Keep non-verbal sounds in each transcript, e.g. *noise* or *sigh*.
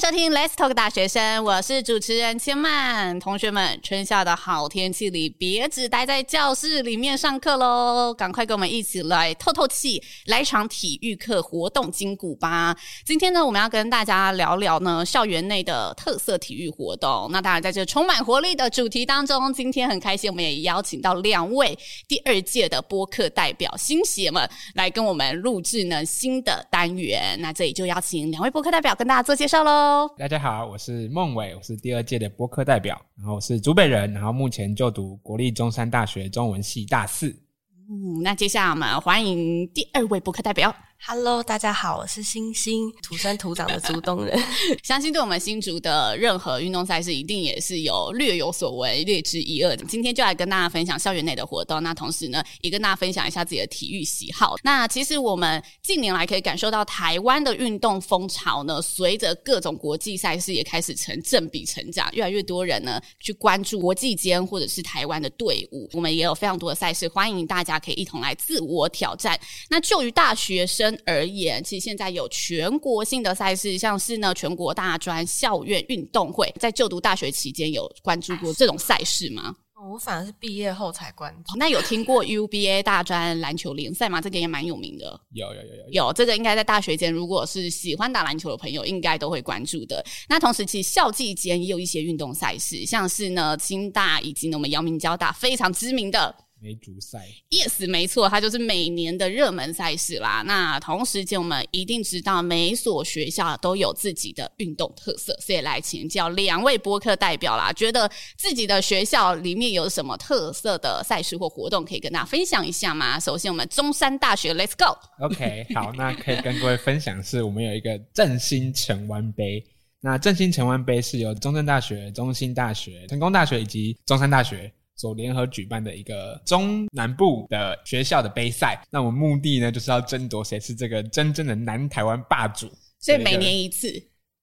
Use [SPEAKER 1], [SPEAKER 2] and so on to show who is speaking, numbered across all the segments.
[SPEAKER 1] 收听 Let's Talk 大学生，我是主持人千曼。同学们，春夏的好天气里，别只待在教室里面上课喽，赶快跟我们一起来透透气，来一场体育课活动筋骨吧。今天呢，我们要跟大家聊聊呢校园内的特色体育活动。那当然，在这充满活力的主题当中，今天很开心，我们也邀请到两位第二届的播客代表新血们来跟我们录制呢新的单元。那这里就邀请两位播客代表跟大家做介绍喽。
[SPEAKER 2] 大家好，我是孟伟，我是第二届的播客代表，然后我是竹北人，然后目前就读国立中山大学中文系大四。
[SPEAKER 1] 嗯，那接下来我们欢迎第二位播客代表， *laughs*
[SPEAKER 3] Hello，大家好，我是星星，土生土长的竹东人。
[SPEAKER 1] 相信对我们新竹的任何运动赛事，一定也是有略有所闻、略知一二的。今天就来跟大家分享校园内的活动，那同时呢，也跟大家分享一下自己的体育喜好。那其实我们近年来可以感受到台湾的运动风潮呢，随着各种国际赛事也开始成正比成长，越来越多人呢去关注国际间或者是台湾的队伍。我们也有非常多的赛事，欢迎大家可以一同来自我挑战。那就于大学生而言，其实现在有全国性的赛事，像是呢全国大专校院运动会，在就读大学期间有关注过这种赛事吗？
[SPEAKER 3] *laughs* 哦我反而是毕业后才关注。
[SPEAKER 1] 那有听过 UBA 大专篮球联赛吗？这个也蛮有名的。
[SPEAKER 2] 有有有有有，
[SPEAKER 1] 有这个应该在大学间，如果是喜欢打篮球的朋友，应该都会关注的。那同时，其实校际间也有一些运动赛事，像是呢清大以及呢我们阳明交大 *laughs* 非常知名的
[SPEAKER 2] 梅竹赛
[SPEAKER 1] Yes，没错，它就是每年的热门赛事啦。那同时间，我们一定知道每所学校都有自己的运动特色，所以来请教两位播客代表啦，觉得自己的学校里面有什么特色的赛事或活动可以跟大家分享一下吗？首先，我们中山大学，Let's go！
[SPEAKER 2] ，OK，好，那可以跟各位分享是我们有一个振兴城湾杯。那振兴城湾杯是由中正大学、中兴大学、成功大学以及中山大学所联合举办的一个中南部的学校的杯赛。那我们目的呢，就是要争夺谁是这个真正的南台湾霸主。
[SPEAKER 1] 所以每年一次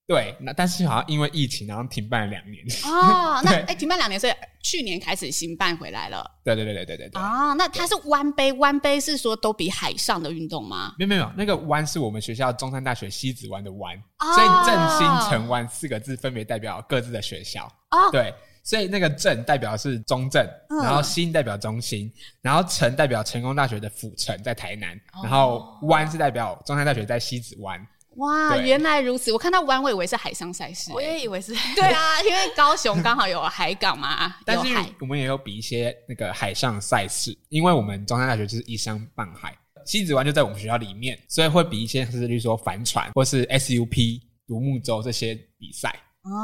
[SPEAKER 2] 对，那但是好像因为疫情，然后停办了两年。
[SPEAKER 1] 哦。那
[SPEAKER 2] 对
[SPEAKER 1] 哎，停办两年，所以去年开始新办回来了
[SPEAKER 2] 对对对对对对对。
[SPEAKER 1] 啊。那它是弯杯，弯杯是说都比海上的运动吗？
[SPEAKER 2] 没有没有，那个湾是我们学校中山大学西子湾的湾，
[SPEAKER 1] 哦
[SPEAKER 2] 所以“振兴城湾”四个字分别代表各自的学校。
[SPEAKER 1] 哦
[SPEAKER 2] 对，所以那个“振”代表是中正，
[SPEAKER 1] 嗯
[SPEAKER 2] 然后“兴”代表中心，然后“城”代表成功大学的府城在台南，
[SPEAKER 1] 哦
[SPEAKER 2] 然后“湾”是代表中山大学在西子湾。
[SPEAKER 1] 哇，
[SPEAKER 2] 对
[SPEAKER 1] 原来如此！我看到湾，我以为是海上赛事、
[SPEAKER 3] 我也以为是
[SPEAKER 1] 对啊，因为高雄刚好有海港
[SPEAKER 2] *laughs*
[SPEAKER 1] 嘛，有
[SPEAKER 2] 但是
[SPEAKER 1] 海。
[SPEAKER 2] 我们也有比一些那个海上赛事，因为我们中山大学就是依山傍海，西子湾就在我们学校里面，所以会比一些，是例如说帆船或是 SUP、独木舟这些比赛。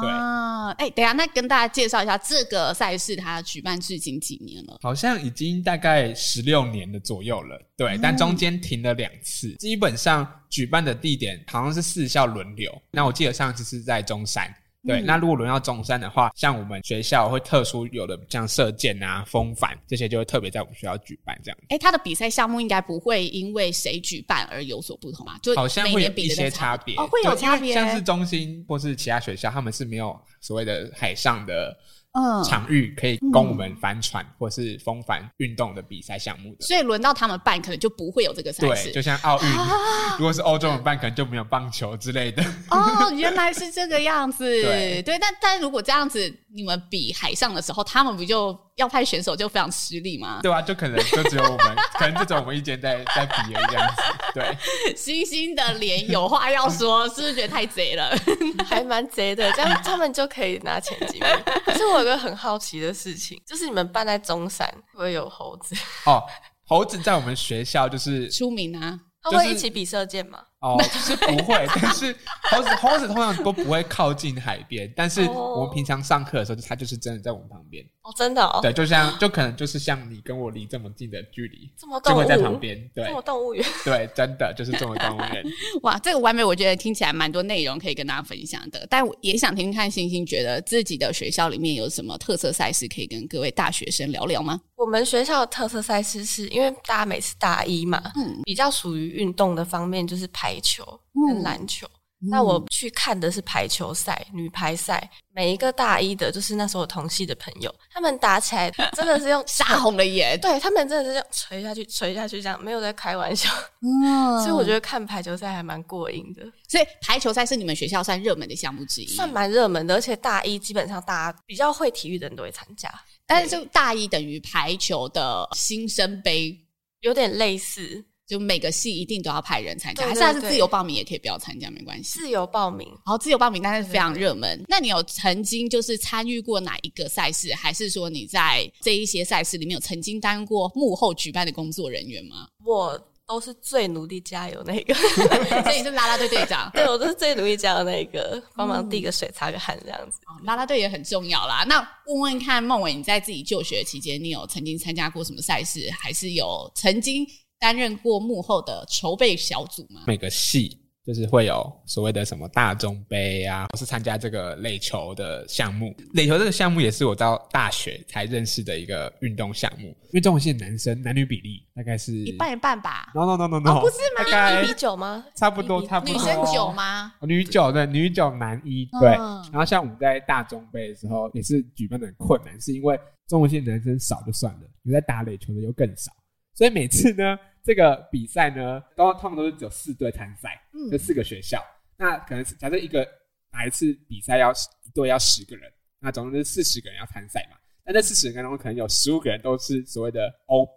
[SPEAKER 2] 对
[SPEAKER 1] 啊，哎、等一下，那跟大家介绍一下这个赛事，它举办至今几年了？
[SPEAKER 2] 好像已经大概十六年的左右了，对，
[SPEAKER 1] 嗯
[SPEAKER 2] 但中间停了两次，基本上举办的地点好像是四校轮流。那我记得上次是在中山，对，
[SPEAKER 1] 嗯
[SPEAKER 2] 那如果轮到中山的话，像我们学校会特殊有的像射箭啊、风帆这些，就会特别在我们学校举办这样。
[SPEAKER 1] 哎、它的比赛项目应该不会因为谁举办而有所不同吧？就
[SPEAKER 2] 好像
[SPEAKER 1] 每
[SPEAKER 2] 会有
[SPEAKER 1] 年
[SPEAKER 2] 一
[SPEAKER 1] 比的都
[SPEAKER 2] 些差
[SPEAKER 1] 差
[SPEAKER 2] 别
[SPEAKER 1] 哦会有
[SPEAKER 2] 对因为
[SPEAKER 1] 差别
[SPEAKER 2] 像是中心或是其他学校，他们是没有所谓的海上的
[SPEAKER 1] 不多嗯，
[SPEAKER 2] 场域可以供我们帆船或是风帆运动的比赛项目的。
[SPEAKER 1] 所以轮到他们办，可能就不会有这个赛
[SPEAKER 2] 对，
[SPEAKER 1] 事
[SPEAKER 2] 就。像奥运，
[SPEAKER 3] 啊
[SPEAKER 2] 如果是欧洲人办，可能就没有棒球之类的。 *laughs*
[SPEAKER 1] *laughs* 哦，原来是这个样子。
[SPEAKER 2] 对
[SPEAKER 1] 但但如果这样子，你们比海上的时候，他们不就要派选手就非常吃力吗？
[SPEAKER 2] 对吧、啊就可能就只有我们， *laughs* 可能就只有我们一间在在比而已这样子。对，
[SPEAKER 1] *laughs* 星星的脸有话要说，是不是觉得太贼了？
[SPEAKER 3] *laughs* 还蛮贼的，这 *laughs* 样他们就可以拿前几名。可是我有个很好奇的事情，就是你们办在中山会不会有猴子？
[SPEAKER 2] 哦，猴子在我们学校就是
[SPEAKER 1] *laughs* 出名啊！
[SPEAKER 3] *laughs* 他
[SPEAKER 2] 就是
[SPEAKER 3] 会一起比射箭吗？ *laughs*
[SPEAKER 2] 哦，就是不会， *laughs* 但是猴子猴子通常都不会靠近海边，但是我们平常上课的时候，它就是真的在我们旁边。
[SPEAKER 3] 哦，真的哦，
[SPEAKER 2] 对，就像就可能就是像你跟我离这么近的距离，
[SPEAKER 3] 这么动
[SPEAKER 2] 就
[SPEAKER 3] 物
[SPEAKER 2] 会在旁，边。对
[SPEAKER 3] 这么动物园，
[SPEAKER 2] 对，真的就是这么动物园。
[SPEAKER 1] 哇，这个完美，我觉得听起来蛮多内容可以跟大家分享的。但我也想听听看星星觉得自己的学校里面有什么特色赛事可以跟各位大学生聊聊吗？
[SPEAKER 3] 我们学校的特色赛事是因为大家每次大一嘛，
[SPEAKER 1] 嗯
[SPEAKER 3] 比较属于运动的方面就是排球
[SPEAKER 1] 嗯
[SPEAKER 3] 跟篮球。那我去看的是排球赛，女排赛，每一个大一的，就是那时候我同系的朋友，他们打起来真的是用
[SPEAKER 1] 杀红了眼，
[SPEAKER 3] 对他们真的是这样捶下去、捶下去，这样没有在开玩笑。
[SPEAKER 1] 嗯，
[SPEAKER 3] 所以我觉得看排球赛还蛮过瘾的，
[SPEAKER 1] 所以排球赛是你们学校算热门的项目之一，
[SPEAKER 3] 算蛮热门的。而且大一基本上大家比较会体育的人都会参加，
[SPEAKER 1] 但是就大一等于排球的新生杯，
[SPEAKER 3] 有点类似
[SPEAKER 1] 就每个系一定都要派人参加，
[SPEAKER 3] 对
[SPEAKER 1] 还是
[SPEAKER 3] 对
[SPEAKER 1] 它是
[SPEAKER 3] 对
[SPEAKER 1] 自由报名也可以不要参加，没关系。
[SPEAKER 3] 自由报名。
[SPEAKER 1] 然后自由报名，但是非常热门。那你有曾经就是参与过哪一个赛事，还是说你在这一些赛事里面有曾经当过幕后举办的工作人员 *laughs* 吗？
[SPEAKER 3] 我都是最努力加油那个， *laughs*
[SPEAKER 1] 所以你是啦啦队队长。
[SPEAKER 3] 对我都是最努力加油那个，帮忙递个水、擦个汗这样子。
[SPEAKER 1] 哦啦啦队也很重要啦。那问问看，孟伟，你在自己就学期间，你有曾经参加过什么赛事，还是有曾经担任过幕后的筹备小组吗？
[SPEAKER 2] 每个系就是会有所谓的什么大众杯啊，我是参加这个垒球的项目。垒球这个项目也是我到大学才认识的一个运动项目，因为中文系的男生男女比例大概是
[SPEAKER 1] 一半一半吧，
[SPEAKER 2] No no no no no，、
[SPEAKER 1] 哦不是吗
[SPEAKER 2] 大概
[SPEAKER 3] 一比九吗？
[SPEAKER 2] 差不多
[SPEAKER 3] 一比
[SPEAKER 2] 差不多
[SPEAKER 1] 女生九吗？
[SPEAKER 2] 女九的女九男一对。
[SPEAKER 1] 嗯
[SPEAKER 2] 然后像我们在大中杯的时候，也是举办的很困难，是因为中文系的男生少就算了，有在打垒球的又更少，所以每次呢这个比赛呢，都他们都是只有四队参赛，这
[SPEAKER 1] 嗯，
[SPEAKER 2] 四个学校，那可能是假设一个哪一次比赛要一队要十个人，那总共是四十个人要参赛嘛。那这四十个人中，可能有十五个人都是所谓的 OB，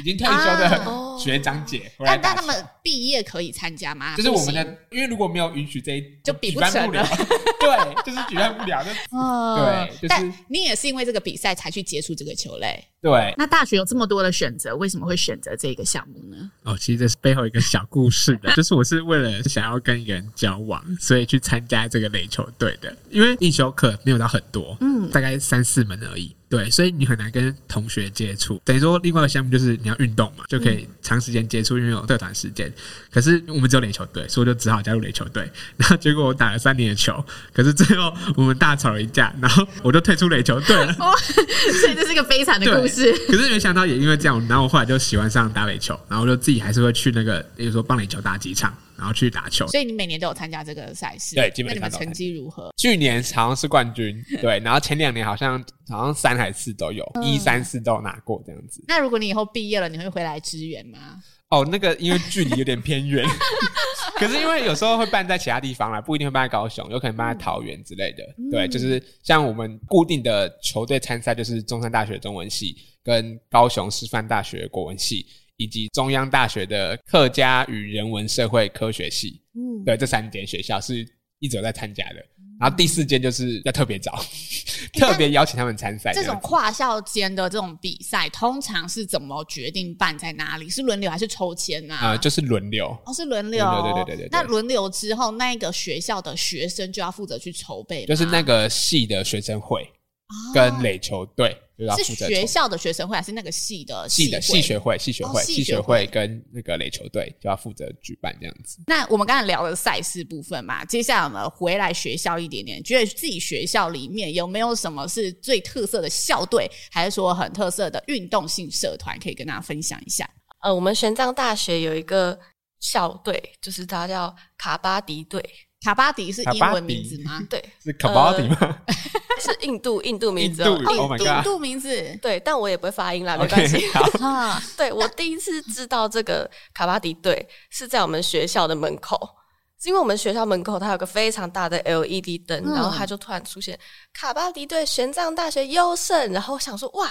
[SPEAKER 2] 已经退休
[SPEAKER 3] 啊
[SPEAKER 2] 的学长姐回来
[SPEAKER 1] 但
[SPEAKER 2] 打
[SPEAKER 1] 但哦
[SPEAKER 2] 球。
[SPEAKER 1] 他们毕业可以参加吗？
[SPEAKER 2] 就是我们
[SPEAKER 1] 不行
[SPEAKER 2] 的，因为如果没有允许这一
[SPEAKER 1] 就比
[SPEAKER 2] 举
[SPEAKER 1] 不
[SPEAKER 2] 办
[SPEAKER 1] 成
[SPEAKER 2] 不了， *laughs* 对，就是举办不
[SPEAKER 1] *laughs*
[SPEAKER 2] 了，就
[SPEAKER 1] 嗯
[SPEAKER 2] 对，就是
[SPEAKER 1] 但你也是因为这个比赛才去接触这个球类。
[SPEAKER 2] 对。
[SPEAKER 1] 那大学有这么多的选择，为什么会选择这个项目呢？
[SPEAKER 2] 哦，其实这是背后一个小故事的，就是我是为了想要跟一个人交往，所以去参加这个垒球队的。因为一休课没有到很多，
[SPEAKER 1] 嗯，
[SPEAKER 2] 大概三四门而已。对，所以你很难跟同学接触。等于说，另外一个项目就是你要运动嘛，就可以长时间接触，因为有社团时间。可是我们只有垒球队，所以我就只好加入垒球队。然后结果我打了三年的球，可是最后我们大吵了一架，然后我就退出垒球队了。
[SPEAKER 1] 哦 *laughs* 所以这是一个悲惨的故事。
[SPEAKER 2] 可是没想到也因为这样，然后我后来就喜欢上打垒球，然后我就自己还是会去那个，比如说棒垒球打几场，然后去打球。
[SPEAKER 1] 所以你每年都有参加这个赛事，
[SPEAKER 2] 对基本
[SPEAKER 1] 那你
[SPEAKER 2] 上
[SPEAKER 1] 们
[SPEAKER 2] 都有
[SPEAKER 1] 成绩如何？
[SPEAKER 2] 去年好像是冠军，对，然后前两年好像好像三还四都有，一三四都有拿过这样子。
[SPEAKER 1] 那如果你以后毕业了，你会回来支援吗？
[SPEAKER 2] 哦，那个因为距离有点偏远， *laughs* 可是因为有时候会办在其他地方啦，不一定会办在高雄，有可能
[SPEAKER 1] 嗯
[SPEAKER 2] 办在桃园之类的。对，就是像我们固定的球队参赛，就是中山大学中文系跟高雄师范大学国文系。以及中央大学的客家与人文社会科学系，
[SPEAKER 1] 嗯，
[SPEAKER 2] 对这三间学校是一直有在参加的。然后第四间就是要特别找，特别邀请他们参赛
[SPEAKER 1] 这
[SPEAKER 2] 样
[SPEAKER 1] 种
[SPEAKER 2] 子
[SPEAKER 1] 跨校间的这种比赛，通常是怎么决定办在哪里？是轮流还是抽签啊？
[SPEAKER 2] 啊、就是轮流。
[SPEAKER 1] 哦，是轮流。
[SPEAKER 2] 轮流对对对对对
[SPEAKER 1] 那轮流之后，那一个学校的学生就要负责去筹备吗，
[SPEAKER 2] 就是那个系的学生会
[SPEAKER 1] 哦
[SPEAKER 2] 跟垒球队，就是要
[SPEAKER 1] 是
[SPEAKER 2] 负责
[SPEAKER 1] 学
[SPEAKER 2] 筹
[SPEAKER 1] 校的学生会还是那个系的
[SPEAKER 2] 系的
[SPEAKER 1] 系
[SPEAKER 2] 系
[SPEAKER 1] 会
[SPEAKER 2] 学会、系学
[SPEAKER 1] 哦
[SPEAKER 2] 会、
[SPEAKER 1] 系
[SPEAKER 2] 系
[SPEAKER 1] 学
[SPEAKER 2] 学会跟那个垒球队就要负责举办这样子。
[SPEAKER 1] 那我们刚才聊了赛事部分嘛，接下来我们回来学校一点点，觉得自己学校里面有没有什么是最特色的校队，还是说很特色的运动性社团，可以跟大家分享一下？
[SPEAKER 3] 呃，我们玄奘大学有一个校队，就是它叫卡巴迪队，
[SPEAKER 1] 卡巴迪是
[SPEAKER 2] 卡
[SPEAKER 1] 英
[SPEAKER 2] 巴
[SPEAKER 1] 文
[SPEAKER 2] 迪
[SPEAKER 1] 名字吗？
[SPEAKER 3] 对，
[SPEAKER 2] 是
[SPEAKER 1] 呃 *laughs*
[SPEAKER 2] Kabaddi 吗？
[SPEAKER 3] 是印度印度名字
[SPEAKER 2] 印
[SPEAKER 3] 哦
[SPEAKER 2] 度。
[SPEAKER 3] 印
[SPEAKER 2] Oh my
[SPEAKER 1] 印
[SPEAKER 2] god
[SPEAKER 1] 度名字
[SPEAKER 3] 对，但我也不会发音啦，没关系。
[SPEAKER 2] *laughs* OK，好，
[SPEAKER 1] 啊，
[SPEAKER 3] *laughs* 对我第一次知道这个卡巴迪队是在我们学校的门口，是因为我们学校门口它有个非常大的 LED 灯，
[SPEAKER 1] 嗯
[SPEAKER 3] 然后它就突然出现卡巴迪队玄奘大学优胜，然后我想说哇，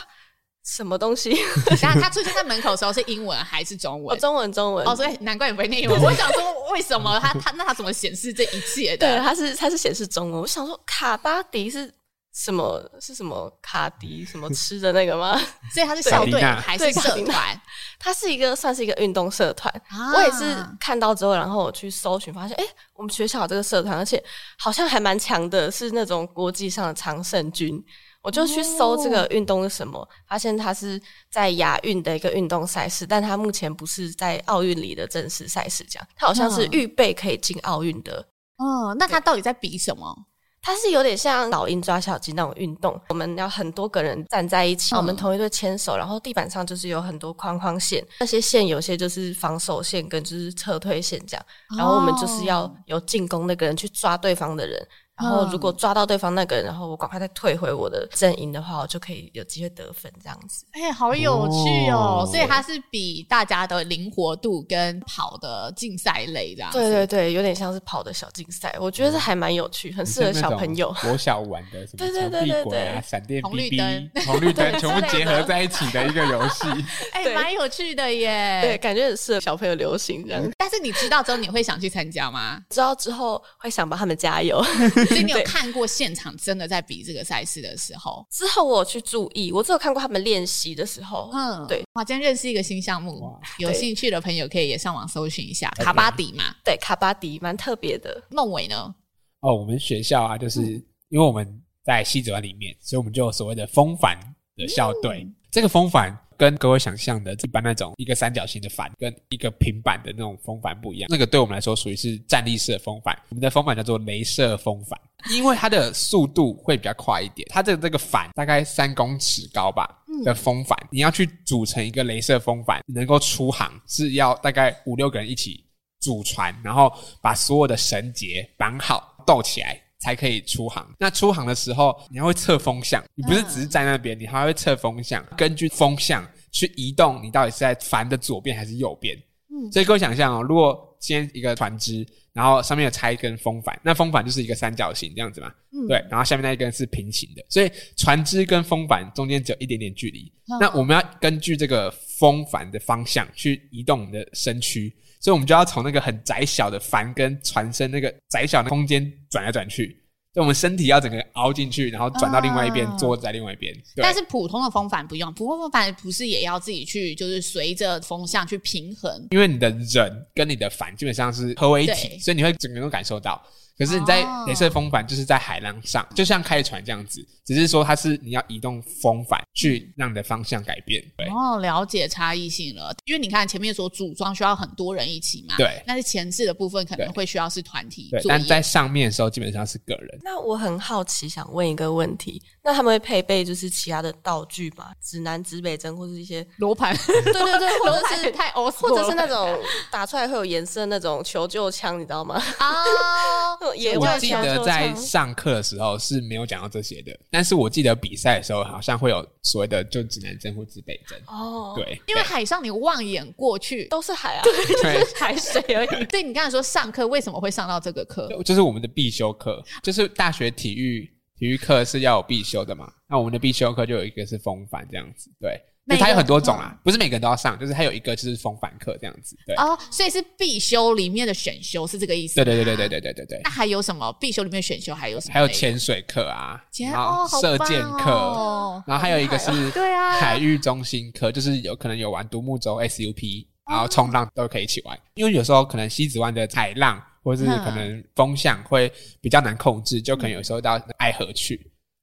[SPEAKER 3] 什么
[SPEAKER 2] *laughs*
[SPEAKER 3] 东西？
[SPEAKER 1] 然后他出现在门口的时候是英文还是中
[SPEAKER 3] 哦，
[SPEAKER 1] 文？
[SPEAKER 3] 中文中文。
[SPEAKER 1] 哦，所以难怪你不会念英文。我想说，为什么他他那他怎么显示这一切
[SPEAKER 3] 对，啊
[SPEAKER 1] 的？
[SPEAKER 3] 它是它是显示中文。我想说卡巴迪是什么？是什么卡迪什么吃的那个吗？ *laughs*
[SPEAKER 1] 所以他是校队
[SPEAKER 2] 卡迪娜
[SPEAKER 1] 还是
[SPEAKER 3] 对卡
[SPEAKER 1] 社
[SPEAKER 3] 迪娜
[SPEAKER 1] 团？
[SPEAKER 3] 它是一个算是一个运动社团，
[SPEAKER 1] 啊
[SPEAKER 3] 我也是看到之后，然后我去搜寻，发现哎、诶我们学校有这个社团，而且好像还蛮强的，是那种国际上的常胜军。我就去搜这
[SPEAKER 1] 哦
[SPEAKER 3] 个运动是什么，发现它是在亚运的一个运动赛事，但它目前不是在奥运里的正式赛事，这样，它好像是
[SPEAKER 1] 嗯
[SPEAKER 3] 预备可以进奥运的。
[SPEAKER 1] 哦，那他到底在比什么？
[SPEAKER 3] 它是有点像老鹰抓小鸡那种运动，我们要很多个人站在一起，
[SPEAKER 1] 嗯
[SPEAKER 3] 我们同一队牵手，然后地板上就是有很多框框线，那些线有些就是防守线跟就是撤退线这样，然后我们就是
[SPEAKER 1] 哦
[SPEAKER 3] 要有进攻那个人去抓对方的人，然后如果抓到对方那个人，然后我赶快再退回我的阵营的话，我就可以有机会得分这样子。
[SPEAKER 1] 哎、好有趣哦！
[SPEAKER 2] 哦
[SPEAKER 1] 所以它是比大家的灵活度跟跑的竞赛类这样子。
[SPEAKER 3] 对对对，有点像是跑的小竞赛，我觉得这还蛮有趣，很适合小朋友。
[SPEAKER 2] 国小玩的什么
[SPEAKER 3] 对对
[SPEAKER 2] 墙
[SPEAKER 3] 对
[SPEAKER 2] 壁
[SPEAKER 3] 对
[SPEAKER 2] 鬼啊、
[SPEAKER 3] 对
[SPEAKER 2] 闪电
[SPEAKER 1] 红
[SPEAKER 2] BB
[SPEAKER 1] 绿灯、
[SPEAKER 2] 红绿灯
[SPEAKER 1] 对
[SPEAKER 2] 全部
[SPEAKER 1] *laughs* 之类
[SPEAKER 2] 结
[SPEAKER 1] 的
[SPEAKER 2] 合在一起的一个游戏。
[SPEAKER 1] 哎、
[SPEAKER 3] 对
[SPEAKER 1] 蛮有趣的耶。
[SPEAKER 3] 对，，感觉很适合小朋友流行这样。
[SPEAKER 1] 但是你知道之后，你会想去参加
[SPEAKER 3] *laughs*
[SPEAKER 1] 吗？
[SPEAKER 3] 知道之后会想帮他们加油。
[SPEAKER 1] 所以你有看过现场真的在比这个赛事的时候？
[SPEAKER 3] 之后我有去注意，我只有看过他们练习的时候，
[SPEAKER 1] 嗯，
[SPEAKER 3] 对，
[SPEAKER 1] 哇，今天认识一个新项目
[SPEAKER 2] 哇，
[SPEAKER 1] 有
[SPEAKER 3] 对
[SPEAKER 1] 兴趣的朋友可以也上网搜寻一下
[SPEAKER 2] OK
[SPEAKER 1] 卡巴迪嘛。
[SPEAKER 3] 对卡巴迪蛮特别的。
[SPEAKER 1] 孟伟呢？
[SPEAKER 2] 哦，我们学校啊，就是、因为我们在西子湾里面，所以我们就有所谓的风帆的校队。这个风帆跟各位想象的一般那种一个三角形的帆跟一个平板的那种风帆不一样，那个对我们来说属于是站立式的风帆。我们的风帆叫做镭射风帆，因为它的速度会比较快一点。它的这个帆大概三公尺高吧的风帆，你要去组成一个镭射风帆，能够出航是要大概五六个人一起组船，然后把所有的绳结绑好、斗起来，才可以出航。那出航的时候，你还会测风向，你不是只是站那边，你还会测风向，根据风向去移动，你到底是在帆的左边还是右边。
[SPEAKER 1] 嗯
[SPEAKER 2] 所以各位想象哦，如果今天一个船只，然后上面有插一根风帆，那风帆就是一个三角形这样子嘛，
[SPEAKER 1] 嗯
[SPEAKER 2] 对，然后下面那一根是平行的，所以船只跟风帆中间只有一点点距离。
[SPEAKER 1] 嗯
[SPEAKER 2] 那我们要根据这个风帆的方向去移动我们的身躯，所以我们就要从那个很窄小的帆跟船身那个窄小的空间转来转去。就我们身体要整个凹进去，然后转到另外一边，
[SPEAKER 1] 啊
[SPEAKER 2] 坐在另外一边。对
[SPEAKER 1] 但是普通的风帆不一样，普通风帆不是也要自己去，就是随着风向去平衡？
[SPEAKER 2] 因为你的人跟你的帆基本上是合为一体，
[SPEAKER 1] 对
[SPEAKER 2] 所以你会整个都感受到。可是你在
[SPEAKER 1] 哦
[SPEAKER 2] 镭射风帆就是在海浪上，就像开船这样子，只是说它是你要移动风帆去让你的方向改变。对，
[SPEAKER 1] 哦，了解差异性了，因为你看前面说组装需要很多人一起嘛，
[SPEAKER 2] 对
[SPEAKER 1] 但是前置的部分可能
[SPEAKER 2] 对
[SPEAKER 1] 会需要是团体
[SPEAKER 2] 对，
[SPEAKER 1] 作
[SPEAKER 2] 但
[SPEAKER 1] 业。
[SPEAKER 2] 在上面的时候基本上是个人。
[SPEAKER 3] 那我很好奇，想问一个问题：那他们会配备就是其他的道具吗？指南、指北针，或是一些
[SPEAKER 1] 罗盘，
[SPEAKER 3] 对对对，或
[SPEAKER 1] 罗
[SPEAKER 3] 者
[SPEAKER 1] 盘也
[SPEAKER 3] 是
[SPEAKER 1] 太 old
[SPEAKER 3] 或者是那
[SPEAKER 1] school
[SPEAKER 3] 种打出来会有颜色的那种求救枪，你知道吗？ *laughs*
[SPEAKER 2] *laughs*
[SPEAKER 1] 了啊，
[SPEAKER 3] 那种野
[SPEAKER 2] 我
[SPEAKER 3] 外
[SPEAKER 2] 记
[SPEAKER 3] 求
[SPEAKER 2] 得
[SPEAKER 3] 救
[SPEAKER 2] 在
[SPEAKER 3] 枪
[SPEAKER 2] 上课的时候是没有讲到这些的，但是我记得比赛的时候好像会有所谓的就指南针或指北针。
[SPEAKER 3] 哦，，
[SPEAKER 2] 对，
[SPEAKER 1] 因为海上你望眼过去
[SPEAKER 3] 都是海啊，
[SPEAKER 2] 对，
[SPEAKER 1] 海水而已。对你刚才说上课为什么会上到这个课？
[SPEAKER 2] 就是我们的必修课，就是大学体育体育课是要有必修的嘛。那我们的必修课就有一个是风帆这样子，对，
[SPEAKER 1] 每
[SPEAKER 2] 那
[SPEAKER 1] 个
[SPEAKER 2] 它有很多种啦，不是每个人都要上，就是它有一个就是风帆课这样子，对，
[SPEAKER 1] 哦，所以是必修里面的选修是这个意思？
[SPEAKER 2] 对对对对对。对对对对
[SPEAKER 1] 那，还有什么必修里面选修还有什么？
[SPEAKER 2] 还有潜水课啊，
[SPEAKER 1] 潜
[SPEAKER 2] 然
[SPEAKER 1] 哦，
[SPEAKER 2] 后
[SPEAKER 1] 好
[SPEAKER 2] 射
[SPEAKER 1] 棒
[SPEAKER 2] 箭课，
[SPEAKER 1] 哦
[SPEAKER 2] 然后还有一个是
[SPEAKER 1] 对啊
[SPEAKER 2] 海域中心课，就是有可能有玩独木舟、SUP，然后冲浪都可以一起玩。因为有时候可能西子湾的海浪或是
[SPEAKER 1] 嗯
[SPEAKER 2] 可能风向会比较难控制，就可能有时候到爱河去，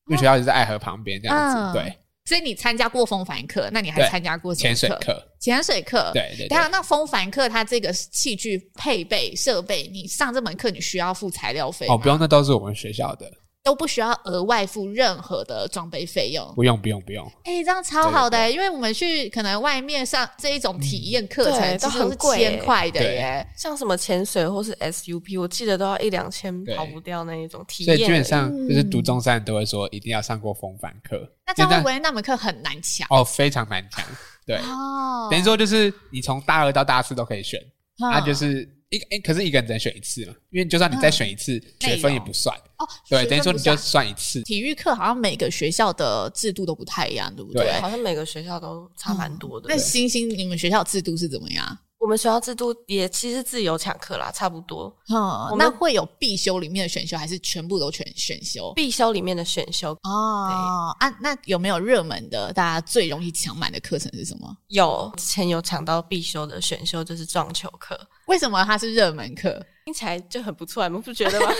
[SPEAKER 2] 因为学校就在爱河旁边这样子。
[SPEAKER 1] 嗯
[SPEAKER 2] 对，
[SPEAKER 1] 所以你参加过风帆课，那你还
[SPEAKER 2] 对
[SPEAKER 1] 参加过什么
[SPEAKER 2] 潜水
[SPEAKER 1] 课？
[SPEAKER 2] 课，
[SPEAKER 1] 潜水课，
[SPEAKER 2] 对对
[SPEAKER 1] 当
[SPEAKER 2] 对
[SPEAKER 1] 然，。那风帆课它这个器具配备设备，你上这门课你需要付材料费吗
[SPEAKER 2] 哦，不用，那都是我们学校的，
[SPEAKER 1] 都不需要额外付任何的装备费用。
[SPEAKER 2] 不用不用不用。
[SPEAKER 1] 哎、这样超好的、因为我们去可能外面上这一种体验课程，
[SPEAKER 3] 嗯对
[SPEAKER 1] 其实
[SPEAKER 3] 都
[SPEAKER 1] 都
[SPEAKER 3] 很
[SPEAKER 1] 是
[SPEAKER 3] 贵
[SPEAKER 1] 千块的
[SPEAKER 2] 对
[SPEAKER 1] 耶。
[SPEAKER 3] 像什么潜水或是 SUP，我记得都要一两千
[SPEAKER 2] 对
[SPEAKER 3] 跑不掉那一种体
[SPEAKER 2] 所
[SPEAKER 3] 验而
[SPEAKER 2] 以
[SPEAKER 3] 已。
[SPEAKER 2] 基本上就是
[SPEAKER 1] 嗯
[SPEAKER 2] 读中山都会说一定要上过风帆课，
[SPEAKER 1] 那这样会
[SPEAKER 2] 就
[SPEAKER 1] 不会那门课很难抢？
[SPEAKER 2] 哦非常难讲，对，
[SPEAKER 1] 哦
[SPEAKER 2] 等于说就是你从大二到大四都可以选，
[SPEAKER 1] 嗯
[SPEAKER 2] 那就是一个、诶可是一个人只能选一次嘛，因为就算你再选一次，学分也不算。
[SPEAKER 1] 哦，
[SPEAKER 2] 对，
[SPEAKER 1] 学
[SPEAKER 2] 等于
[SPEAKER 1] 分
[SPEAKER 2] 说
[SPEAKER 1] 不
[SPEAKER 2] 你就
[SPEAKER 1] 算
[SPEAKER 2] 算
[SPEAKER 1] *laughs*
[SPEAKER 2] 一次。
[SPEAKER 1] 体育课好像每个学校的制度都不太一样，对不
[SPEAKER 2] 对
[SPEAKER 3] 好像每个学校都差蛮多
[SPEAKER 2] 嗯
[SPEAKER 3] 的。
[SPEAKER 1] 那星星，你们学校制度是怎么样？
[SPEAKER 3] 我们学校制度也其实自由抢课啦，差不多。
[SPEAKER 1] 嗯，
[SPEAKER 3] 我们
[SPEAKER 1] 那会有必修里面的选修，还是全部都全选修？
[SPEAKER 3] 必修里面的选修
[SPEAKER 1] 哦，啊，那有没有热门的？大家最容易抢满的课程是什么？
[SPEAKER 3] 有之前有抢到必修的选修就是撞球课，
[SPEAKER 1] 为什么它是热门课？
[SPEAKER 3] 听起来就很不错啊，你们不觉得吗？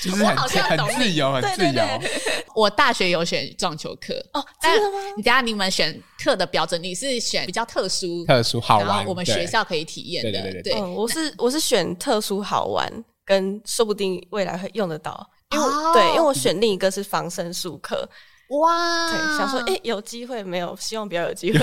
[SPEAKER 2] 就是
[SPEAKER 1] 我好
[SPEAKER 2] 很自
[SPEAKER 1] 像
[SPEAKER 2] 很
[SPEAKER 1] 懂
[SPEAKER 2] 自由，很
[SPEAKER 3] 对
[SPEAKER 2] 自
[SPEAKER 3] 对
[SPEAKER 2] 由。
[SPEAKER 3] 对
[SPEAKER 1] 我大学有选撞球课，
[SPEAKER 3] *laughs* 哦，
[SPEAKER 1] 但
[SPEAKER 3] 真的吗？
[SPEAKER 1] 你等一下你们选课的标准，你是选比较特殊，
[SPEAKER 2] 特殊好
[SPEAKER 1] 然
[SPEAKER 2] 玩，
[SPEAKER 1] 后我们
[SPEAKER 2] 对
[SPEAKER 1] 学校可以体验的，
[SPEAKER 2] 对对对对
[SPEAKER 3] 嗯，我是我是选特殊好玩，跟说不定未来会用得到。因为我、
[SPEAKER 1] 哦
[SPEAKER 3] 对，因为我选另一个是防身术课，
[SPEAKER 1] 哇，
[SPEAKER 3] 对，想说哎、诶有机会没有？希望不要有机会。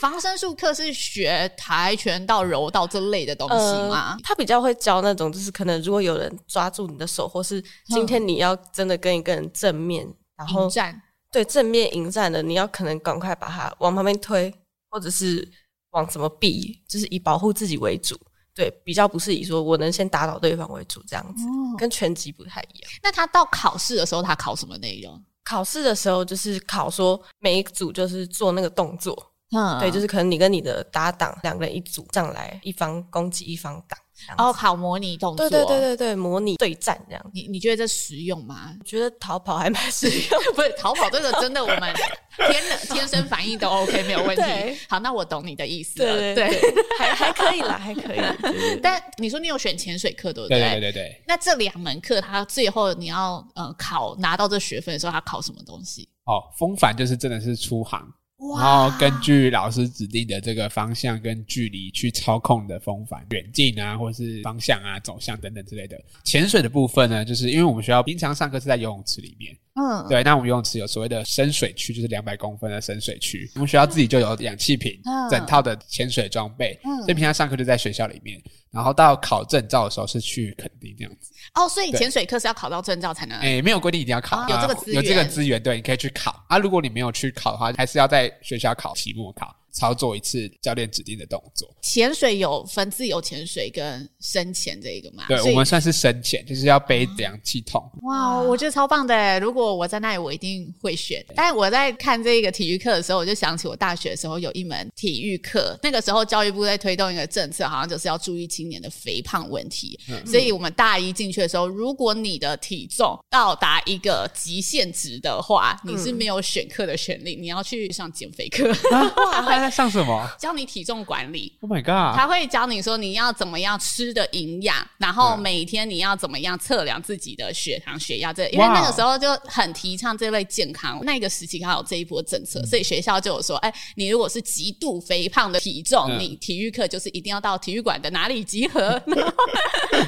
[SPEAKER 1] 防身术课是学跆拳道、柔道这类的东西吗？
[SPEAKER 3] 呃他比较会教那种，就是可能如果有人抓住你的手，或是今天你要真的跟一个人正面，然后
[SPEAKER 1] 迎战
[SPEAKER 3] 对正面迎战的，你要可能赶快把他往旁边推，或者是往怎么避，就是以保护自己为主。对，比较不是以说我能先打倒对方为主这样子，
[SPEAKER 1] 哦，
[SPEAKER 3] 跟拳击不太一样。
[SPEAKER 1] 那他到考试的时候，他考什么内容？
[SPEAKER 3] 考试的时候就是考说每一组就是做那个动作，
[SPEAKER 1] 嗯
[SPEAKER 3] 对，就是是可能你跟你的搭档两个人一组上来，一方攻击一方挡。这样子啊
[SPEAKER 1] 哦，，考模拟动作。
[SPEAKER 3] 对对对，对对，模拟对战这样子。
[SPEAKER 1] 你你觉得这实用吗？ *laughs*
[SPEAKER 3] 我觉得逃跑还蛮实用
[SPEAKER 1] 不是逃跑这个真的，我们天的天生反应都 OK，没有问
[SPEAKER 3] 对
[SPEAKER 1] 题。好，那我懂你的意思了。
[SPEAKER 3] *laughs* 对对
[SPEAKER 1] 对，
[SPEAKER 3] 还还可以啦，还 *laughs* 可以。对对对
[SPEAKER 1] 但你说你有选潜水课，对不
[SPEAKER 2] 对对对对对。
[SPEAKER 1] 那这两门课，他最后你要呃考拿到这学分的时候，他考什么东西？
[SPEAKER 2] 哦，风帆就是真的是出航，然后根据老师指定的这个方向跟距离去操控的风帆远近啊，或是方向啊、走向等等之类的。潜水的部分呢，就是因为我们学校平常上课是在游泳池里面，
[SPEAKER 1] 嗯，
[SPEAKER 2] 对，那我们游泳池有所谓的深水区，就是两百公分的深水区，我们学校自己就有氧气瓶
[SPEAKER 1] 嗯，
[SPEAKER 2] 整套的潜水装备，
[SPEAKER 1] 嗯
[SPEAKER 2] 所以平常上课就在学校里面，然后到考证照的时候是去垦丁这样子。
[SPEAKER 1] 哦，所以
[SPEAKER 2] 对
[SPEAKER 1] 潜水课是要考到证照才能。
[SPEAKER 2] 哎、没有规定一定要考，
[SPEAKER 1] 啊
[SPEAKER 2] 呃
[SPEAKER 1] 有这个资源
[SPEAKER 2] 有这个资源，对，你可以去考啊。如果你没有去考的话，还是要在学校考期末考，操作一次教练指定的动作。
[SPEAKER 1] 潜水有分自由潜水跟深潜这一个嘛？
[SPEAKER 2] 对
[SPEAKER 1] 啊所以
[SPEAKER 2] 我们算是深潜，就是要背氧气
[SPEAKER 1] *laughs*
[SPEAKER 2] 筒。
[SPEAKER 1] 哇，我觉得超棒的耶！如果我在那里，我一定会学的。但我在看这个体育课的时候，我就想起我大学的时候有一门体育课，那个时候教育部在推动一个政策，好像就是要注意青年的肥胖问题。所以我们大一进去的时候，如果你的体重到达一个极限值的话，你是没有选课的权利，你要去上减肥课， *laughs*
[SPEAKER 2] 啊，还在上什么
[SPEAKER 1] 教你体重管理。
[SPEAKER 2] ？Oh my god！
[SPEAKER 1] 他会教你说你要怎么样吃的营养，然后
[SPEAKER 2] 对
[SPEAKER 1] 每天你要怎么样测量自己的血糖、血压这，因为
[SPEAKER 2] 哇
[SPEAKER 1] 那个时候就很提倡这类健康，那个时期刚好有这一波政
[SPEAKER 2] 嗯
[SPEAKER 1] 策，所以学校就有说，哎，你如果是极度肥胖的体重，
[SPEAKER 2] 嗯
[SPEAKER 1] 你体育课就是一定要到体育馆的哪里集
[SPEAKER 2] *laughs*
[SPEAKER 1] 合，然后 *laughs*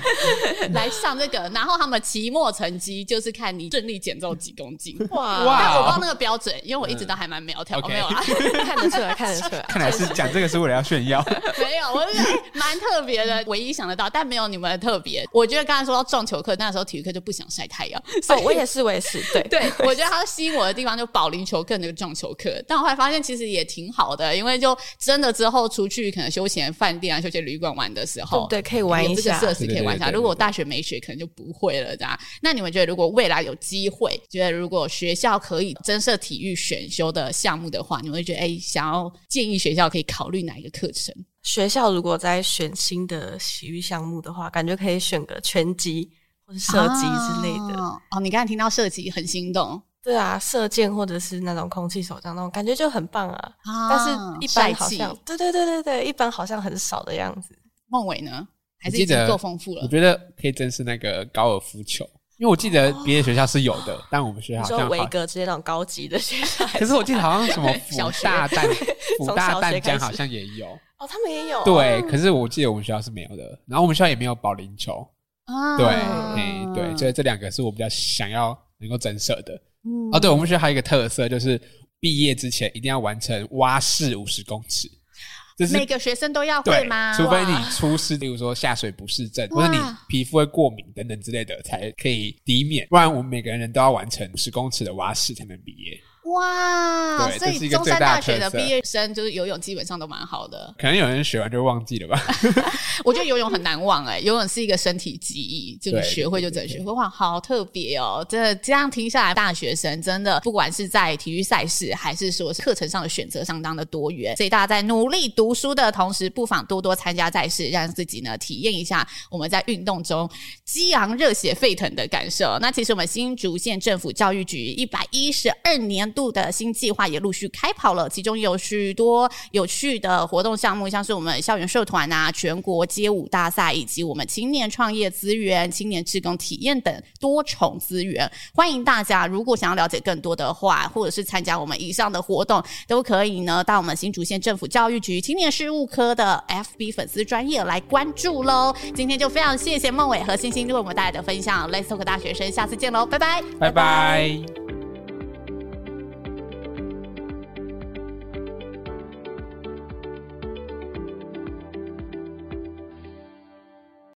[SPEAKER 1] 来上这个，然后他们期末成绩就是看你顺利减重几公斤。
[SPEAKER 3] 哇
[SPEAKER 2] 哇
[SPEAKER 1] 但我不知道那个标准，因为我一直都还蛮苗条，
[SPEAKER 2] 嗯
[SPEAKER 1] 没有啊啦。
[SPEAKER 3] *laughs* 看得出来，看得出来。
[SPEAKER 2] 看来是讲这个是为了要炫耀。
[SPEAKER 1] 没有，我是哎蛮、特别的，唯一想得到，但没有你们的特别。我觉得刚才说到撞球课，那时候体育课就不想晒太阳， *laughs* 所
[SPEAKER 3] 哦
[SPEAKER 1] 以、，
[SPEAKER 3] 我也是，我也是，对 *laughs*
[SPEAKER 1] 对，我觉得它吸引我的地方就保龄球课那个撞球课，但我后来发现其实也挺好的，因为就真的之后出去可能休闲饭店啊、休闲旅馆玩的时
[SPEAKER 3] 对不
[SPEAKER 1] 候，
[SPEAKER 3] 对，可以玩一
[SPEAKER 1] 有这个
[SPEAKER 3] 下。
[SPEAKER 1] 设施可以玩一
[SPEAKER 2] 对对对
[SPEAKER 1] 下。
[SPEAKER 2] 对对
[SPEAKER 1] 如果我大学没学，可能就不会了，这样。那你们觉得，如果未来有机会，觉得如果学校可以增设体育选修的项目的话，你们会觉得，哎、想要建议学校可以考虑哪一个课程？
[SPEAKER 3] 学校如果在选新的体育项目的话，感觉可以选个拳击或是射击之类的。
[SPEAKER 1] 哦。哦，你刚才听到射击很心动，
[SPEAKER 3] 对啊，射箭或者是那种空气手枪那种，感觉就很棒啊。
[SPEAKER 1] 啊
[SPEAKER 3] 但是一般好
[SPEAKER 1] 帅
[SPEAKER 3] 像
[SPEAKER 1] 气，
[SPEAKER 3] 对对对对对，一般好像很少的样子。
[SPEAKER 1] 孟伟呢，还是
[SPEAKER 2] 我记
[SPEAKER 1] 已经
[SPEAKER 2] 得
[SPEAKER 1] 够丰富了
[SPEAKER 2] 我。觉得可以正视那个高尔夫球，因为我记得别的学校是有的，但我们学校
[SPEAKER 3] 你
[SPEAKER 2] 好
[SPEAKER 3] 说
[SPEAKER 2] 像
[SPEAKER 3] 维
[SPEAKER 2] 好。
[SPEAKER 3] 格之类那种高级的学校，
[SPEAKER 2] 可是我记得好像什么
[SPEAKER 1] 小学
[SPEAKER 2] 福大淡福大淡
[SPEAKER 3] 从小学开
[SPEAKER 2] 江
[SPEAKER 3] 始
[SPEAKER 2] 好像也有，
[SPEAKER 3] 哦，他们也有。
[SPEAKER 2] 对。可是我记得我们学校是没有的，然后我们学校也没有保龄球，
[SPEAKER 1] 啊
[SPEAKER 2] 对，哎、对，所以这两个是我比较想要能够增设的。
[SPEAKER 1] 嗯
[SPEAKER 2] 哦，对，我们学校还有一个特色就是毕业之前一定要完成蛙式五十公尺，这是
[SPEAKER 1] 每个学生都要会
[SPEAKER 2] 对
[SPEAKER 1] 吗？，
[SPEAKER 2] 除非你
[SPEAKER 1] 哇
[SPEAKER 2] 出事，例如说下水不适症，或者你
[SPEAKER 1] 哇
[SPEAKER 2] 皮肤会过敏等等之类的，才可以抵免。不然我们每个人都要完成五十公尺的蛙式才能毕业。
[SPEAKER 1] 哇，
[SPEAKER 2] 对
[SPEAKER 1] 所
[SPEAKER 2] 这是
[SPEAKER 1] 以
[SPEAKER 2] 一个
[SPEAKER 1] 中山
[SPEAKER 2] 最大
[SPEAKER 1] 大
[SPEAKER 2] 的
[SPEAKER 1] 学的
[SPEAKER 2] 特色
[SPEAKER 1] 毕业生就是游泳基本上都蛮好的。
[SPEAKER 2] 可能有人学完就忘记
[SPEAKER 1] *laughs*
[SPEAKER 2] 了吧？
[SPEAKER 1] 我觉得游泳很难忘哎、游泳是一个身体记忆，就你
[SPEAKER 2] 对
[SPEAKER 1] 学会就
[SPEAKER 2] 对
[SPEAKER 1] 整
[SPEAKER 2] 对
[SPEAKER 1] 学会，哇，好特别哦！真的这样听下来，大学生真的不管是在体育赛事，还是说是课程上的选择，相当的多元。所以大家在努力读书的同时，不妨多多参加赛事，让自己呢体验一下我们在运动中激昂、热血沸腾的感受。那其实我们新竹县政府教育局一百一十二年度的新计划有。也陆续开跑了，其中有许多有趣的活动项目，像是我们校园社团啊、全国街舞大赛，以及我们青年创业资源、青年职工体验等多重资源。欢迎大家，如果想要了解更多的话，或者是参加我们以上的活动，都可以呢到我们新竹县政府教育局青年事务科的 FB 粉丝专业来关注喽。今天就非常谢谢孟伟和星星为我们带来的分享，Let's Talk 大学生，下次见喽，拜拜。
[SPEAKER 2] 拜拜